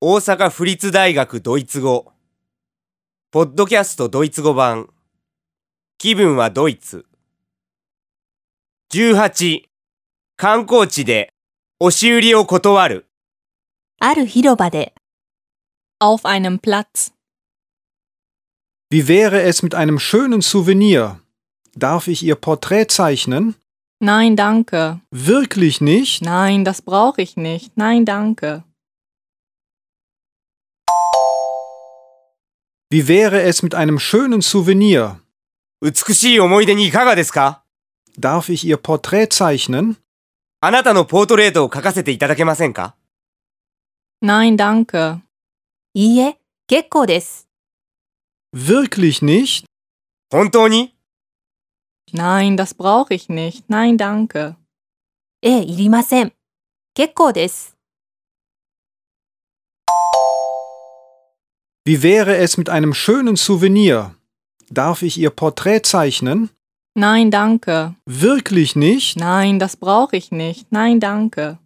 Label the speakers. Speaker 1: 大阪府立大学ドイツ語ポッドキャストドイツ語版気分はドイツ18観光地で押し売りを断る
Speaker 2: ある広場で、
Speaker 3: Auf einem Platz.
Speaker 4: Wie wäre es mit einem schönen Souvenir? Darf ich Ihr Porträt zeichnen?
Speaker 3: Nein, danke.
Speaker 4: Wirklich nicht?
Speaker 3: Nein, das brauche ich nicht. Nein, danke.
Speaker 4: Wie wäre es mit einem schönen Souvenir?
Speaker 1: 美しい思い出にいかがですか
Speaker 4: Darf ich Ihr Porträt zeichnen?
Speaker 1: あなたのポートレートを書かせていただけませんか
Speaker 3: Nein, danke.
Speaker 2: いいえ、結構です。
Speaker 4: Wirklich nicht?
Speaker 1: 本当に
Speaker 3: Nein, das brauche ich nicht. Nein, danke.
Speaker 2: ええ、いりません。結構です。
Speaker 4: Wie wäre es mit einem schönen Souvenir? Darf ich Ihr Porträt zeichnen?
Speaker 3: Nein, danke.
Speaker 4: Wirklich nicht?
Speaker 3: Nein, das brauche ich nicht. Nein, danke.